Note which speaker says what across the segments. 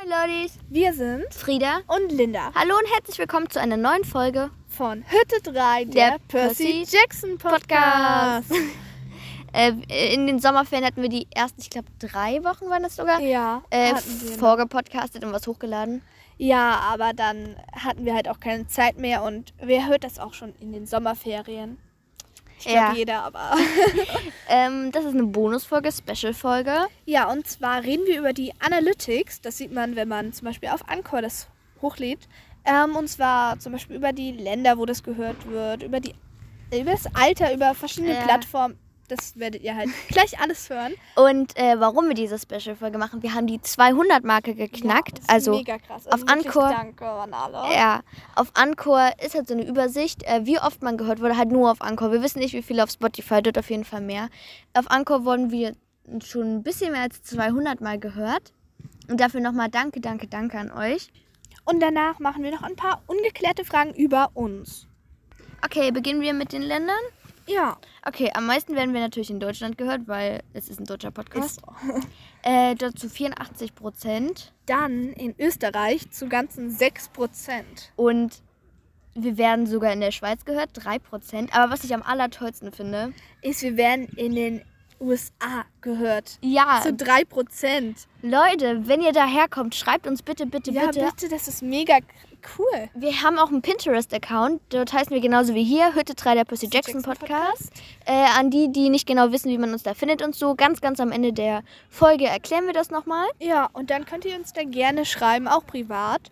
Speaker 1: Hi Lollis,
Speaker 2: Wir sind
Speaker 1: Frieda.
Speaker 2: und Linda
Speaker 1: Hallo und herzlich willkommen zu einer neuen Folge.
Speaker 2: von Hütte 3, der,
Speaker 1: Der Percy
Speaker 2: Percy, Jackson Podcast.
Speaker 1: Äh, in den Sommerferien hatten wir die ersten, ich glaube, drei Wochen waren das sogar,
Speaker 2: Ja,
Speaker 1: äh,
Speaker 2: hatten wir. noch.
Speaker 1: vorgepodcastet und was hochgeladen.
Speaker 2: ja, aber dann hatten wir halt auch keine Zeit mehr und wer hört das auch schon in den Sommerferien? Ich glaube
Speaker 1: Ja.
Speaker 2: jeder, aber.
Speaker 1: Ähm, das ist eine Bonusfolge, Special-Folge.
Speaker 2: ja, und zwar reden wir über die Analytics. Das sieht man, wenn man zum Beispiel auf Anchor das hochlädt. Ähm, und zwar zum Beispiel über die Länder, wo das gehört wird, über, die, über das Alter, über verschiedene
Speaker 1: Ja.
Speaker 2: Plattformen. Das werdet ihr halt gleich alles hören.
Speaker 1: Und äh, warum wir diese Special-Folge machen, wir haben die 200-Marke geknackt.
Speaker 2: Ja, das
Speaker 1: also
Speaker 2: ist mega krass.
Speaker 1: auf
Speaker 2: wirklich
Speaker 1: Anchor-
Speaker 2: Danke an alle.
Speaker 1: Ja, auf Anchor ist halt so eine Übersicht, äh, wie oft man gehört wurde, halt nur auf Anchor. Wir wissen nicht, wie viele auf Spotify, dort auf jeden Fall mehr. Auf Anchor wurden wir schon ein bisschen mehr als 200 Mal gehört. Und dafür nochmal danke, danke, danke an euch.
Speaker 2: Und danach machen wir noch ein paar ungeklärte Fragen über uns.
Speaker 1: Okay, beginnen wir mit den Ländern.
Speaker 2: Ja.
Speaker 1: Okay, am meisten werden wir natürlich in Deutschland gehört, weil es ist ein deutscher Podcast.
Speaker 2: Ist so.
Speaker 1: Äh, dort zu 84 Prozent.
Speaker 2: Dann in Österreich zu ganzen 6%.
Speaker 1: Und wir werden sogar in der Schweiz gehört, 3 Prozent. Aber was ich am allertollsten finde,
Speaker 2: Ist, wir werden in den USA gehört.
Speaker 1: ja,
Speaker 2: Zu 3%.
Speaker 1: Leute, wenn ihr daherkommt, schreibt uns bitte, bitte,
Speaker 2: Ja,
Speaker 1: bitte.
Speaker 2: bitte. das ist mega k- cool.
Speaker 1: Wir haben auch einen Pinterest-Account. Dort heißen wir genauso wie hier, Hütte 3 der Percy Jackson, Podcast. Äh, an die, die nicht genau wissen, wie man uns da findet und so, ganz, ganz am Ende der Folge erklären wir das nochmal.
Speaker 2: Ja, und dann könnt ihr uns da gerne schreiben, auch privat.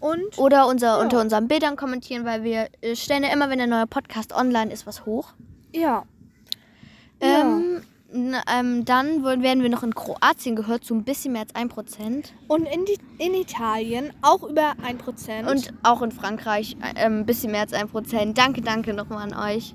Speaker 2: Und
Speaker 1: Oder unser,
Speaker 2: Ja.
Speaker 1: unter unseren Bildern kommentieren, weil wir äh, stellen ja immer, wenn ein neuer Podcast online ist, was hoch.
Speaker 2: ja.
Speaker 1: Ähm, n- ähm, dann wollen- werden wir noch in Kroatien gehört, so ein bisschen mehr als 1%.
Speaker 2: Und in, die, in Italien auch über 1%.
Speaker 1: Und auch in Frankreich äh, ein bisschen mehr als 1%. Danke, danke nochmal an euch.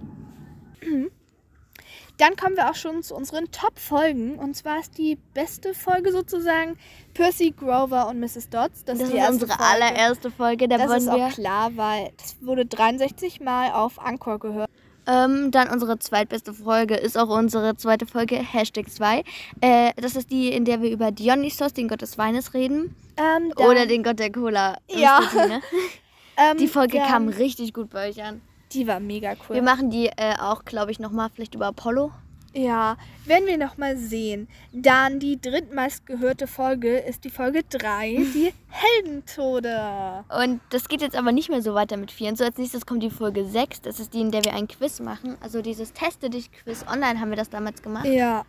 Speaker 2: Dann kommen wir auch schon zu unseren Top-Folgen. Und zwar ist die beste Folge sozusagen Percy Grover und Mrs. Dodds.
Speaker 1: Das,
Speaker 2: die
Speaker 1: ist
Speaker 2: erste
Speaker 1: unsere
Speaker 2: Folge.
Speaker 1: allererste Folge. Da
Speaker 2: Das
Speaker 1: wollen
Speaker 2: ist
Speaker 1: wir
Speaker 2: auch klar, weil das wurde 63 Mal auf Anchor gehört.
Speaker 1: Ähm, dann unsere zweitbeste Folge ist auch unsere zweite Folge, Hashtag 2. Äh, das ist die, in der wir über Dionysos, den Gott des Weines, reden.
Speaker 2: Ähm, dann,
Speaker 1: Oder den Gott der Cola. Wisst
Speaker 2: Ja.
Speaker 1: ihr die, ne?
Speaker 2: ähm,
Speaker 1: Die Folge
Speaker 2: dann-
Speaker 1: kam richtig gut bei euch an.
Speaker 2: Die war mega cool.
Speaker 1: Wir machen die äh, auch, glaube ich, nochmal vielleicht über Apollo.
Speaker 2: ja, werden wir nochmal sehen. Dann die drittmeist gehörte Folge ist die Folge 3, die Heldentode.
Speaker 1: Und das geht jetzt aber nicht mehr so weiter mit 4. Und so als nächstes kommt die Folge 6. Das ist die, in der wir ein Quiz machen. Also dieses Teste dich Quiz online haben wir das damals gemacht.
Speaker 2: Ja.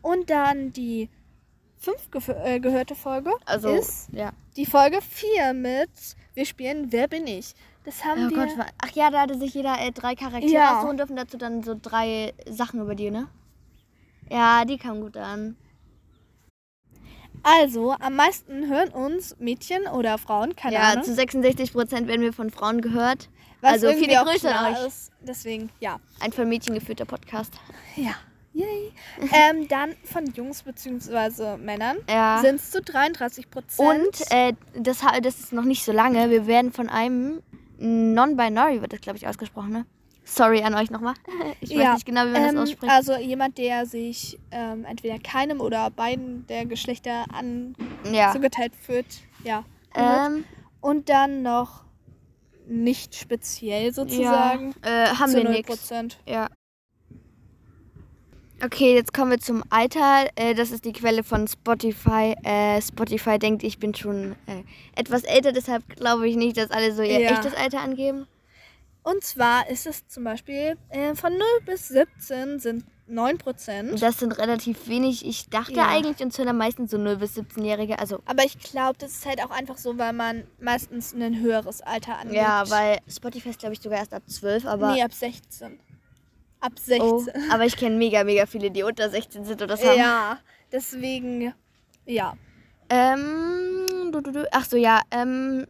Speaker 2: Und dann die fünf gef- äh, gehörte Folge
Speaker 1: Also,
Speaker 2: ist
Speaker 1: ja.
Speaker 2: Die Folge 4 mit Wir spielen Wer bin ich? Das haben
Speaker 1: Oh
Speaker 2: wir.
Speaker 1: Gott, wa- ach ja, da hatte sich jeder äh, drei Charaktere
Speaker 2: Ja.
Speaker 1: aussuchen dürfen, dazu dann so drei Sachen über die, ne? Ja, die kamen gut an.
Speaker 2: also, am meisten hören uns Mädchen oder Frauen, keine
Speaker 1: ja,
Speaker 2: Ahnung.
Speaker 1: zu 66 Prozent werden wir von Frauen gehört.
Speaker 2: ne? was
Speaker 1: also
Speaker 2: irgendwie
Speaker 1: viele
Speaker 2: auch
Speaker 1: Grüße
Speaker 2: klar
Speaker 1: an euch.
Speaker 2: Ist. Deswegen, ja.
Speaker 1: Ein von Mädchen geführter Podcast.
Speaker 2: Ja. Yay. ähm, dann von Jungs bzw. Männern
Speaker 1: Ja.
Speaker 2: sind es zu 33 Prozent.
Speaker 1: Und äh, das, ha- das ist noch nicht so lange. Wir werden von einem Non-Binary, wird das, glaube ich, ausgesprochen, ne? Sorry an euch nochmal. Ich weiß
Speaker 2: Ja,
Speaker 1: nicht genau, wie man das
Speaker 2: ähm,
Speaker 1: ausspricht.
Speaker 2: also jemand, der sich ähm, entweder keinem oder beiden der Geschlechter an
Speaker 1: ja.
Speaker 2: zugeteilt wird. Ja.
Speaker 1: Ähm,
Speaker 2: Und dann noch nicht speziell
Speaker 1: ja.
Speaker 2: sozusagen.
Speaker 1: Äh, haben
Speaker 2: zu
Speaker 1: wir
Speaker 2: 0
Speaker 1: nichts.
Speaker 2: Prozent.
Speaker 1: Ja. Okay, jetzt kommen wir zum Alter. Äh, das ist die Quelle von Spotify. Äh, Spotify denkt, ich bin schon äh, etwas älter, deshalb glaube ich nicht, dass alle so ihr
Speaker 2: Ja.
Speaker 1: echtes Alter angeben.
Speaker 2: Und zwar ist es zum Beispiel äh, von 0 bis 17 sind 9 Prozent.
Speaker 1: Das sind relativ wenig. Ich dachte
Speaker 2: Ja.
Speaker 1: eigentlich, uns hören am meisten so 0- bis 17-Jährige. Also,
Speaker 2: Aber ich glaube, das ist halt auch einfach so, weil man meistens ein höheres Alter angibt.
Speaker 1: ja, weil Spotify ist, glaube ich, sogar erst ab 12, aber.
Speaker 2: nee, ab 16. Ab
Speaker 1: Oh,
Speaker 2: 16.
Speaker 1: aber ich kenne mega, mega viele, die unter 16 sind oder das haben.
Speaker 2: ja, deswegen, ja.
Speaker 1: Ähm, du, du, du. Ach so, ja. Ähm,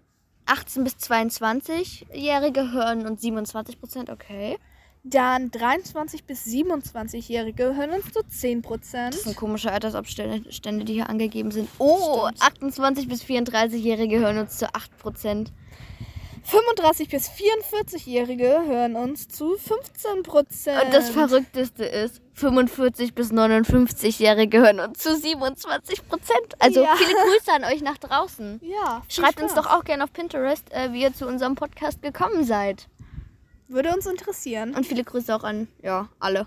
Speaker 1: 18 bis 22-Jährige hören und 27 Prozent, okay.
Speaker 2: Dann 23 bis 27-Jährige hören uns zu 10 Prozent.
Speaker 1: Das sind komische Altersabstände, Stände, die hier angegeben sind. Oh,
Speaker 2: Stimmt.
Speaker 1: 28 bis 34-Jährige hören uns zu 8 Prozent.
Speaker 2: 35 bis 44-Jährige hören uns zu 15 Prozent.
Speaker 1: Und das Verrückteste ist, 45 bis 59-Jährige hören uns zu 27 Prozent. Also
Speaker 2: Ja.
Speaker 1: viele Grüße an euch nach draußen.
Speaker 2: Ja. viel
Speaker 1: Schreibt uns
Speaker 2: Spaß.
Speaker 1: doch auch gerne auf Pinterest, äh, wie ihr zu unserem Podcast gekommen seid.
Speaker 2: Würde uns interessieren.
Speaker 1: Und viele Grüße auch an, ja, alle.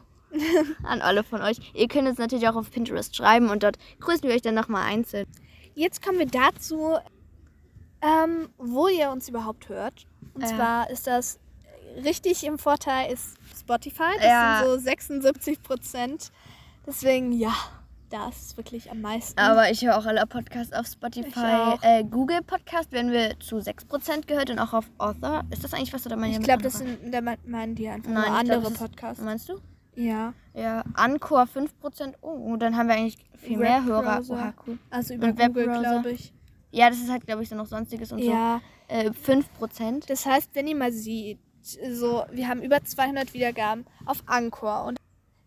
Speaker 1: an alle von euch. Ihr könnt uns natürlich auch auf Pinterest schreiben und dort grüßen wir euch dann nochmal einzeln.
Speaker 2: Jetzt kommen wir dazu, ähm, wo ihr uns überhaupt hört. Und
Speaker 1: Ja.
Speaker 2: zwar ist das richtig im Vorteil ist Spotify. Das
Speaker 1: Ja.
Speaker 2: sind so 76 Prozent. Deswegen, ja, da ist es wirklich am meisten.
Speaker 1: Aber ich höre auch alle Podcasts auf
Speaker 2: Ich
Speaker 1: Spotify.
Speaker 2: auch.
Speaker 1: Äh, Google Podcast werden wir zu 6% gehört und auch auf Author. Ist das eigentlich was oder meine
Speaker 2: ich glaube, das sind, da me- meinen die einfach
Speaker 1: Nein,
Speaker 2: nur
Speaker 1: ich glaub,
Speaker 2: andere
Speaker 1: das ist-
Speaker 2: Podcasts.
Speaker 1: Meinst du?
Speaker 2: Ja.
Speaker 1: Ja, Anchor 5%. Oh, dann haben wir eigentlich viel mehr Hörer.
Speaker 2: Webbrowser.
Speaker 1: Oha, cool.
Speaker 2: Also über
Speaker 1: Und
Speaker 2: Google,
Speaker 1: Webbrowser.
Speaker 2: glaube ich.
Speaker 1: Ja, das ist halt, glaube ich, dann noch Sonstiges und
Speaker 2: Ja.
Speaker 1: so. Äh, 5%.
Speaker 2: Das heißt, wenn ihr mal seht, so, wir haben über 200 Wiedergaben auf Anchor und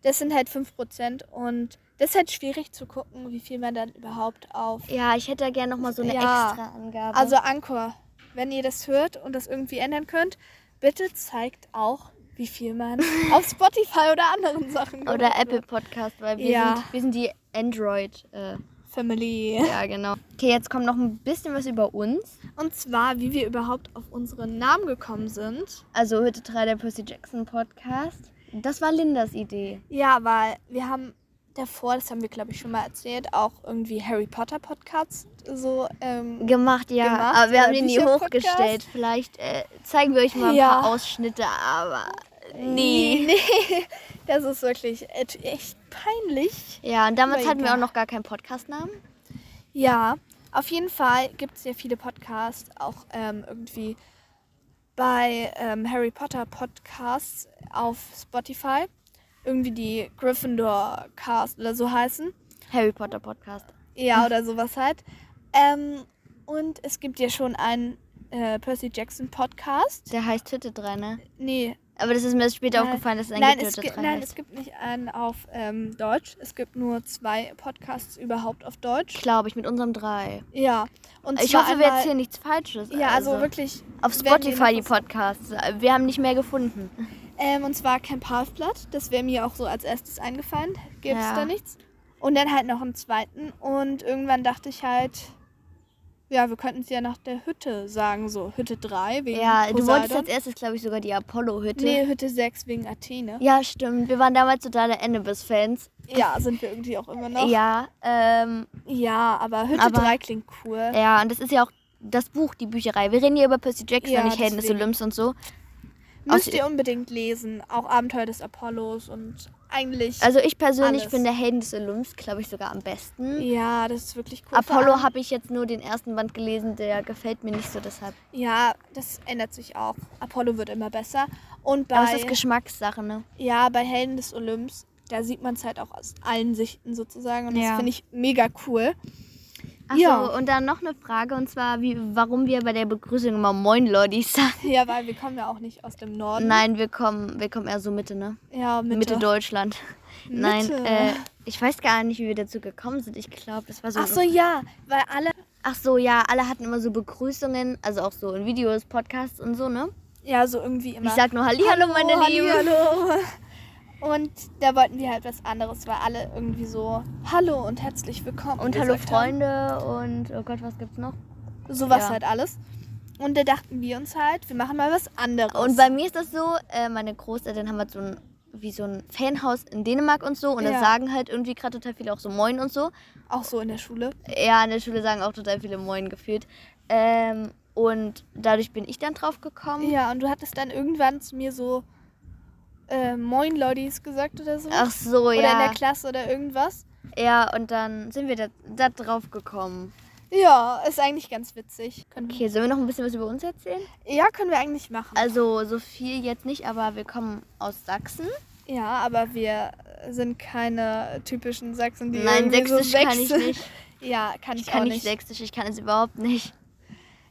Speaker 2: das sind halt 5% und das ist halt schwierig zu gucken, wie viel man dann überhaupt auf.
Speaker 1: Ja, ich hätte da gerne nochmal so eine
Speaker 2: Ja.
Speaker 1: extra Angabe.
Speaker 2: Also Anchor, wenn ihr das hört und das irgendwie ändern könnt, bitte zeigt auch, wie viel man auf Spotify oder anderen Sachen
Speaker 1: oder
Speaker 2: gehört
Speaker 1: Apple
Speaker 2: wird.
Speaker 1: Podcast, weil wir,
Speaker 2: Ja.
Speaker 1: sind, wir sind die Android. Äh,
Speaker 2: Family.
Speaker 1: ja, genau. Okay, jetzt kommt noch ein bisschen was über uns.
Speaker 2: Und zwar, wie wir überhaupt auf unseren Namen gekommen sind.
Speaker 1: Also Hütte 3, der Percy Jackson Podcast. Das war Lindas Idee.
Speaker 2: Ja, weil wir haben davor, das haben wir glaube ich schon mal erzählt, auch irgendwie Harry Potter Podcasts so ähm,
Speaker 1: Gemacht, ja.
Speaker 2: Gemacht,
Speaker 1: aber wir haben
Speaker 2: äh,
Speaker 1: den nie
Speaker 2: Bücher-Podcast.
Speaker 1: hochgestellt. Vielleicht äh, zeigen wir euch mal ein
Speaker 2: Ja.
Speaker 1: paar Ausschnitte, aber nie.
Speaker 2: Nee, das ist wirklich et- echt peinlich.
Speaker 1: Ja, und damals
Speaker 2: Aber
Speaker 1: hatten wir auch
Speaker 2: egal.
Speaker 1: noch gar keinen Podcastnamen.
Speaker 2: Ja, auf jeden Fall gibt es ja viele Podcasts, auch ähm, irgendwie bei ähm, Harry Potter Podcasts auf Spotify. Irgendwie die Gryffindor Cast oder so heißen.
Speaker 1: Harry Potter Podcast.
Speaker 2: Ja, oder sowas halt. Ähm, und es gibt ja schon einen äh, Percy Jackson Podcast.
Speaker 1: Der heißt Hütte 3, ne?
Speaker 2: Nee,
Speaker 1: Aber das ist mir erst später
Speaker 2: Nein.
Speaker 1: aufgefallen, dass es
Speaker 2: nein,
Speaker 1: eigentlich
Speaker 2: es,
Speaker 1: Hütte
Speaker 2: gibt,
Speaker 1: 3
Speaker 2: nein
Speaker 1: heißt.
Speaker 2: es gibt nicht einen auf ähm, Deutsch. Es gibt nur zwei Podcasts überhaupt auf Deutsch.
Speaker 1: Glaube ich, mit unserem 3.
Speaker 2: Ja. Und
Speaker 1: Ich
Speaker 2: zwar
Speaker 1: hoffe, wir
Speaker 2: einmal-
Speaker 1: erzählen nichts Falsches.
Speaker 2: Ja, also, wirklich.
Speaker 1: Auf
Speaker 2: wenn wir noch
Speaker 1: Spotify die
Speaker 2: was-
Speaker 1: Podcasts. Wir haben nicht mehr gefunden.
Speaker 2: Ähm, und zwar Camp Halfblatt. Das wäre mir auch so als erstes eingefallen. Gibt es
Speaker 1: Ja.
Speaker 2: da nichts? Und dann halt noch einen zweiten. Und irgendwann dachte ich halt. Ja, wir könnten es ja nach der Hütte sagen, so Hütte 3 wegen
Speaker 1: Ja, du wolltest als
Speaker 2: Poseidon.
Speaker 1: erstes, glaube ich, sogar die Apollo-Hütte.
Speaker 2: Nee, Hütte 6 wegen Athene.
Speaker 1: Ja, stimmt. Wir waren damals totale Annabis-Fans.
Speaker 2: Ja, sind wir irgendwie auch immer noch.
Speaker 1: Ja, ähm,
Speaker 2: Ja, aber Hütte
Speaker 1: Aber-
Speaker 2: 3 klingt cool.
Speaker 1: ja, und das ist ja auch das Buch, die Bücherei. Wir reden hier über Percy Jackson
Speaker 2: Ja,
Speaker 1: und nicht Helden des
Speaker 2: deswegen.
Speaker 1: Olymps und so.
Speaker 2: Müsst
Speaker 1: Aus-
Speaker 2: ihr unbedingt lesen. Auch Abenteuer des Apollos und eigentlich.
Speaker 1: Also ich persönlich
Speaker 2: Alles.
Speaker 1: finde Helden des Olymps, glaube ich, sogar am besten.
Speaker 2: ja, das ist wirklich cool. Vor
Speaker 1: Apollo
Speaker 2: allem-
Speaker 1: habe ich jetzt nur den ersten Band gelesen, der gefällt mir nicht so deshalb.
Speaker 2: Ja, das ändert sich auch. Apollo wird immer besser. Und
Speaker 1: Aber es
Speaker 2: bei,
Speaker 1: ist Geschmackssache, ne?
Speaker 2: ja, bei Helden des Olymps, da sieht man es halt auch aus allen Sichten sozusagen. Und
Speaker 1: Ja.
Speaker 2: das finde ich mega cool.
Speaker 1: Achso,
Speaker 2: Ja.
Speaker 1: und dann noch eine Frage, und zwar, wie, warum wir bei der Begrüßung immer Moin Lordi sagen.
Speaker 2: Ja, weil wir kommen ja auch nicht aus dem Norden.
Speaker 1: Nein, wir kommen, wir kommen eher so Mitte, ne?
Speaker 2: Ja, Mitte.
Speaker 1: Mitte, Deutschland. Nein,
Speaker 2: Mitte.
Speaker 1: äh, ich weiß gar nicht, wie wir dazu gekommen sind. Ich glaube, das war so.
Speaker 2: Ach so, ja, weil alle.
Speaker 1: Ach so, ja, alle hatten immer so Begrüßungen, also auch so in Videos, Podcasts und so, ne?
Speaker 2: Ja, so irgendwie immer.
Speaker 1: Ich sag nur Hallihallo, meine Lieben.
Speaker 2: Hallo. Und da wollten wir halt was anderes, weil alle irgendwie so Hallo und herzlich willkommen.
Speaker 1: Und Hallo
Speaker 2: gesagt haben.
Speaker 1: Freunde und oh Gott, was gibt's noch?
Speaker 2: Sowas
Speaker 1: Ja.
Speaker 2: halt alles. Und da dachten wir uns halt, wir machen mal was anderes.
Speaker 1: Und bei mir ist das so, äh, meine Großeltern haben halt so ein wie so ein Fanhaus in Dänemark und so und da
Speaker 2: Ja.
Speaker 1: sagen halt irgendwie gerade total viele auch so Moin und so.
Speaker 2: auch so in der Schule.
Speaker 1: Ja, in der Schule sagen auch total viele Moin gefühlt. Ähm, und dadurch bin ich dann drauf gekommen.
Speaker 2: Ja, und du hattest dann irgendwann zu mir so äh, Moin Loddies gesagt oder so.
Speaker 1: Ach so,
Speaker 2: oder in
Speaker 1: ja.
Speaker 2: der Klasse oder irgendwas.
Speaker 1: Ja, und dann sind wir da, da drauf gekommen.
Speaker 2: Ja, ist eigentlich ganz witzig. Können
Speaker 1: Okay, sollen wir noch ein bisschen was über uns erzählen?
Speaker 2: Ja, können wir eigentlich machen.
Speaker 1: Also, so viel jetzt nicht, aber wir kommen aus Sachsen.
Speaker 2: ja, aber wir sind keine typischen Sachsen, die
Speaker 1: Nein,
Speaker 2: irgendwie
Speaker 1: sächsisch
Speaker 2: so
Speaker 1: kann ich
Speaker 2: Sachsen-
Speaker 1: nicht.
Speaker 2: Ja, kann ich,
Speaker 1: Ich kann
Speaker 2: auch
Speaker 1: nicht
Speaker 2: nicht. Äh.
Speaker 1: sächsisch, ich kann es überhaupt nicht.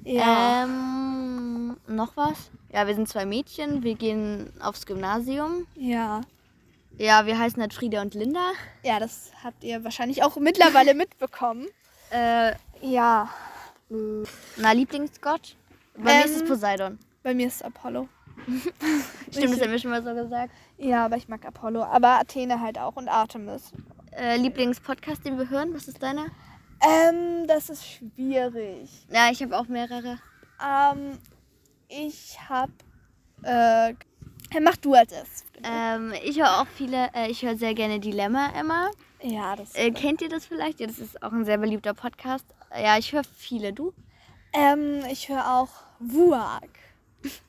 Speaker 2: ja.
Speaker 1: Ähm, noch was? Ja, wir sind zwei Mädchen, wir gehen aufs Gymnasium.
Speaker 2: ja.
Speaker 1: Ja, wir heißen halt Frieda und Linda.
Speaker 2: Ja, das habt ihr wahrscheinlich auch mittlerweile mitbekommen.
Speaker 1: Äh,
Speaker 2: Ja.
Speaker 1: na, Lieblingsgott? Bei mir
Speaker 2: Ähm,
Speaker 1: ist es Poseidon.
Speaker 2: Bei mir ist Apollo.
Speaker 1: Stimmt, das haben wir schon mal so gesagt.
Speaker 2: Ja, aber ich mag Apollo. Aber Athene halt auch und Artemis.
Speaker 1: Äh, Lieblingspodcast, den wir hören, was ist deiner?
Speaker 2: Ähm, das ist schwierig.
Speaker 1: Ja, ich habe auch mehrere.
Speaker 2: Ähm, ich hab. Äh, mach du als es.
Speaker 1: Ähm, ich höre auch viele, äh, ich höre sehr gerne Dilemma immer.
Speaker 2: Ja, das.
Speaker 1: Äh, kennt ihr das vielleicht? Ja, das ist auch ein sehr beliebter Podcast. Äh, Ja, ich höre viele. Du?
Speaker 2: Ähm, ich höre auch Vuag.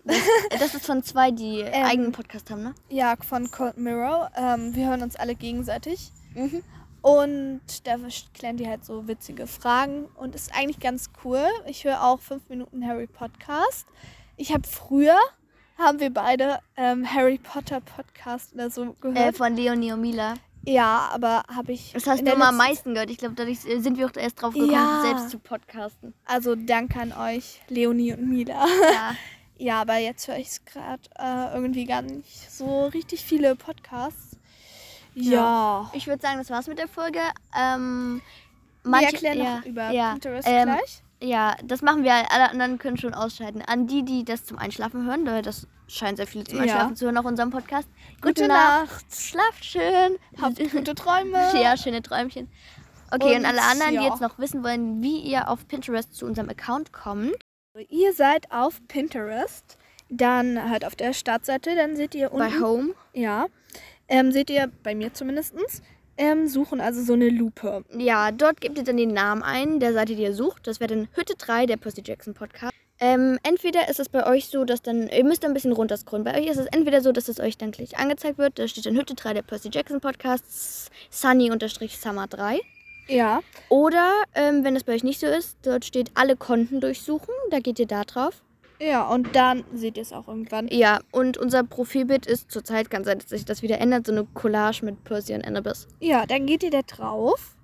Speaker 1: Äh, Das ist von zwei, die
Speaker 2: Ähm.
Speaker 1: eigenen Podcast haben, ne?
Speaker 2: Ja, von Cold Mirror. Ähm, wir hören uns alle gegenseitig.
Speaker 1: Mhm.
Speaker 2: Und da klären die halt so witzige Fragen und ist eigentlich ganz cool. Ich höre auch 5 Minuten Harry Podcast. Ich habe früher, haben wir beide ähm, Harry Potter Podcast oder so
Speaker 1: Äh,
Speaker 2: gehört.
Speaker 1: von Leonie und Mila.
Speaker 2: ja, aber habe ich.
Speaker 1: Äh, Das hast du
Speaker 2: in der
Speaker 1: immer am
Speaker 2: letzten-
Speaker 1: meisten gehört. Ich glaube, dadurch äh, sind wir auch erst drauf gekommen,
Speaker 2: Ja.
Speaker 1: selbst zu podcasten.
Speaker 2: Also danke an euch, Leonie und Mila.
Speaker 1: Ja.
Speaker 2: Ja, aber jetzt höre ich es gerade äh, irgendwie gar nicht so richtig viele Podcasts. Ja.
Speaker 1: Ich würde sagen, das war's mit der Folge. Ähm,
Speaker 2: Wir
Speaker 1: manche-
Speaker 2: erklären
Speaker 1: ja,
Speaker 2: noch über
Speaker 1: ja,
Speaker 2: Pinterest
Speaker 1: ähm,
Speaker 2: gleich.
Speaker 1: Ja, das machen wir. Alle anderen können schon ausschalten. An die, die das zum Einschlafen hören, weil das scheint sehr viele zum
Speaker 2: Ja.
Speaker 1: Einschlafen zu hören, auch unserem Podcast. Gute,
Speaker 2: Gute
Speaker 1: Nacht.
Speaker 2: Nacht.
Speaker 1: Schlaft schön.
Speaker 2: Habt gute Träume.
Speaker 1: ja, schöne Träumchen. Okay, und,
Speaker 2: Und
Speaker 1: alle anderen, die
Speaker 2: ja.
Speaker 1: jetzt noch wissen wollen, wie ihr auf Pinterest zu unserem Account kommt.
Speaker 2: Ihr seid auf Pinterest, dann halt auf der Startseite, dann seht ihr
Speaker 1: Bei
Speaker 2: unten.
Speaker 1: Home.
Speaker 2: Ja. Ähm, seht ihr bei mir zumindestens Ähm, suchen also so eine Lupe.
Speaker 1: Ja, dort gebt ihr dann den Namen ein der Seite, die ihr sucht. Das wäre dann Hütte 3, der Percy Jackson Podcast. Ähm, entweder ist es bei euch so, dass dann, ihr müsst ein bisschen runterscrollen. Bei euch ist es entweder so, dass es euch dann gleich angezeigt wird. Da steht dann Hütte 3, der Percy Jackson Podcast, Sunny-Summer 3.
Speaker 2: Ja.
Speaker 1: Oder, ähm, wenn das bei euch nicht so ist, dort steht alle Konten durchsuchen. Da geht ihr da drauf.
Speaker 2: Ja, und dann seht ihr es auch irgendwann.
Speaker 1: Ja, und unser Profilbild ist zurzeit, kann sein, dass sich das wieder ändert, so eine Collage mit Percy und Annabis.
Speaker 2: Ja, dann geht ihr da drauf.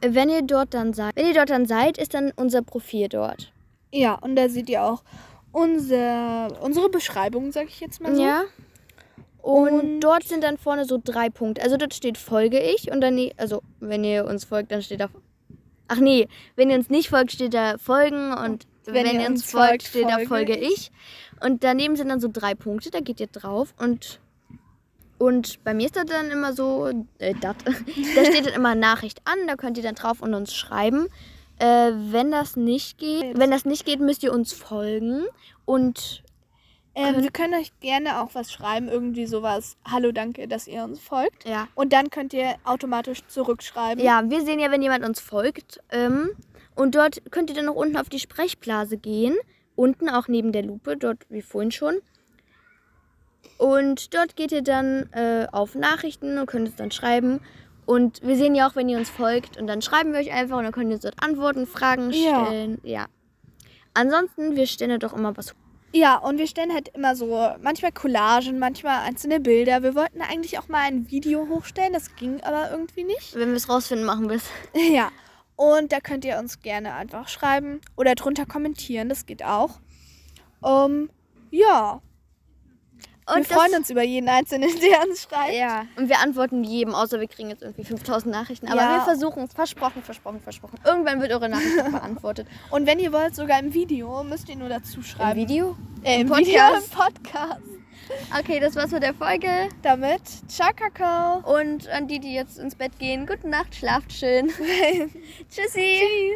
Speaker 1: Äh, Wenn ihr dort dann seid, wenn ihr dort dann seid, ist dann unser Profil dort.
Speaker 2: Ja, und da seht ihr auch unser, unsere Beschreibung, sag ich jetzt mal so.
Speaker 1: Und,
Speaker 2: Und-
Speaker 1: dort sind dann vorne so drei Punkte. Also dort steht folge ich und dann also wenn ihr uns folgt, dann steht da Ach nee, wenn ihr uns nicht folgt, steht da folgen und wenn, ihr uns folgt, steht da folge ich. Und daneben sind dann so drei Punkte, da geht ihr drauf und und bei mir ist das dann immer so, äh, dat, da steht dann immer Nachricht an, da könnt ihr dann drauf und uns schreiben. Äh, wenn das nicht geht, wenn das nicht geht, müsst ihr uns folgen und
Speaker 2: Ähm, wir können euch gerne auch was schreiben, irgendwie sowas. Hallo, danke, dass ihr uns folgt.
Speaker 1: ja,
Speaker 2: Und dann könnt ihr automatisch zurückschreiben.
Speaker 1: Ja, wir sehen ja, wenn jemand uns folgt. Ähm, und dort könnt ihr dann noch unten auf die Sprechblase gehen. Unten auch neben der Lupe, dort wie vorhin schon. Und dort geht ihr dann äh, auf Nachrichten und könnt es dann schreiben. Und wir sehen ja auch, wenn ihr uns folgt. Und dann schreiben wir euch einfach und dann könnt ihr uns dort Antworten, Fragen
Speaker 2: Ja.
Speaker 1: stellen. Ja. Ansonsten, wir stellen ja doch immer was.
Speaker 2: Ja, und wir stellen halt immer so manchmal Collagen, manchmal einzelne Bilder. Wir wollten eigentlich auch mal ein Video hochstellen, das ging aber irgendwie nicht.
Speaker 1: Wenn wir es rausfinden, machen wir es.
Speaker 2: Ja. Und da könnt ihr uns gerne einfach schreiben oder drunter kommentieren, das geht auch. Ähm, ja, wir
Speaker 1: Und das-
Speaker 2: freuen uns über jeden Einzelnen, der uns schreibt.
Speaker 1: Ja. Und wir antworten jedem, außer wir kriegen jetzt irgendwie 5000 Nachrichten. Aber
Speaker 2: Ja.
Speaker 1: wir versuchen es. Versprochen, versprochen, versprochen. Irgendwann wird eure Nachricht auch beantwortet.
Speaker 2: Und wenn ihr wollt, sogar im Video, müsst ihr nur dazu
Speaker 1: Im
Speaker 2: schreiben.
Speaker 1: Video? Im
Speaker 2: Äh, Im Video, im
Speaker 1: Podcast?
Speaker 2: Podcast.
Speaker 1: Okay, das war's mit der Folge.
Speaker 2: Damit, ciao, Kakao.
Speaker 1: Und an die, die jetzt ins Bett gehen, gute Nacht, schlaft schön. Tschüssi. Tschüss.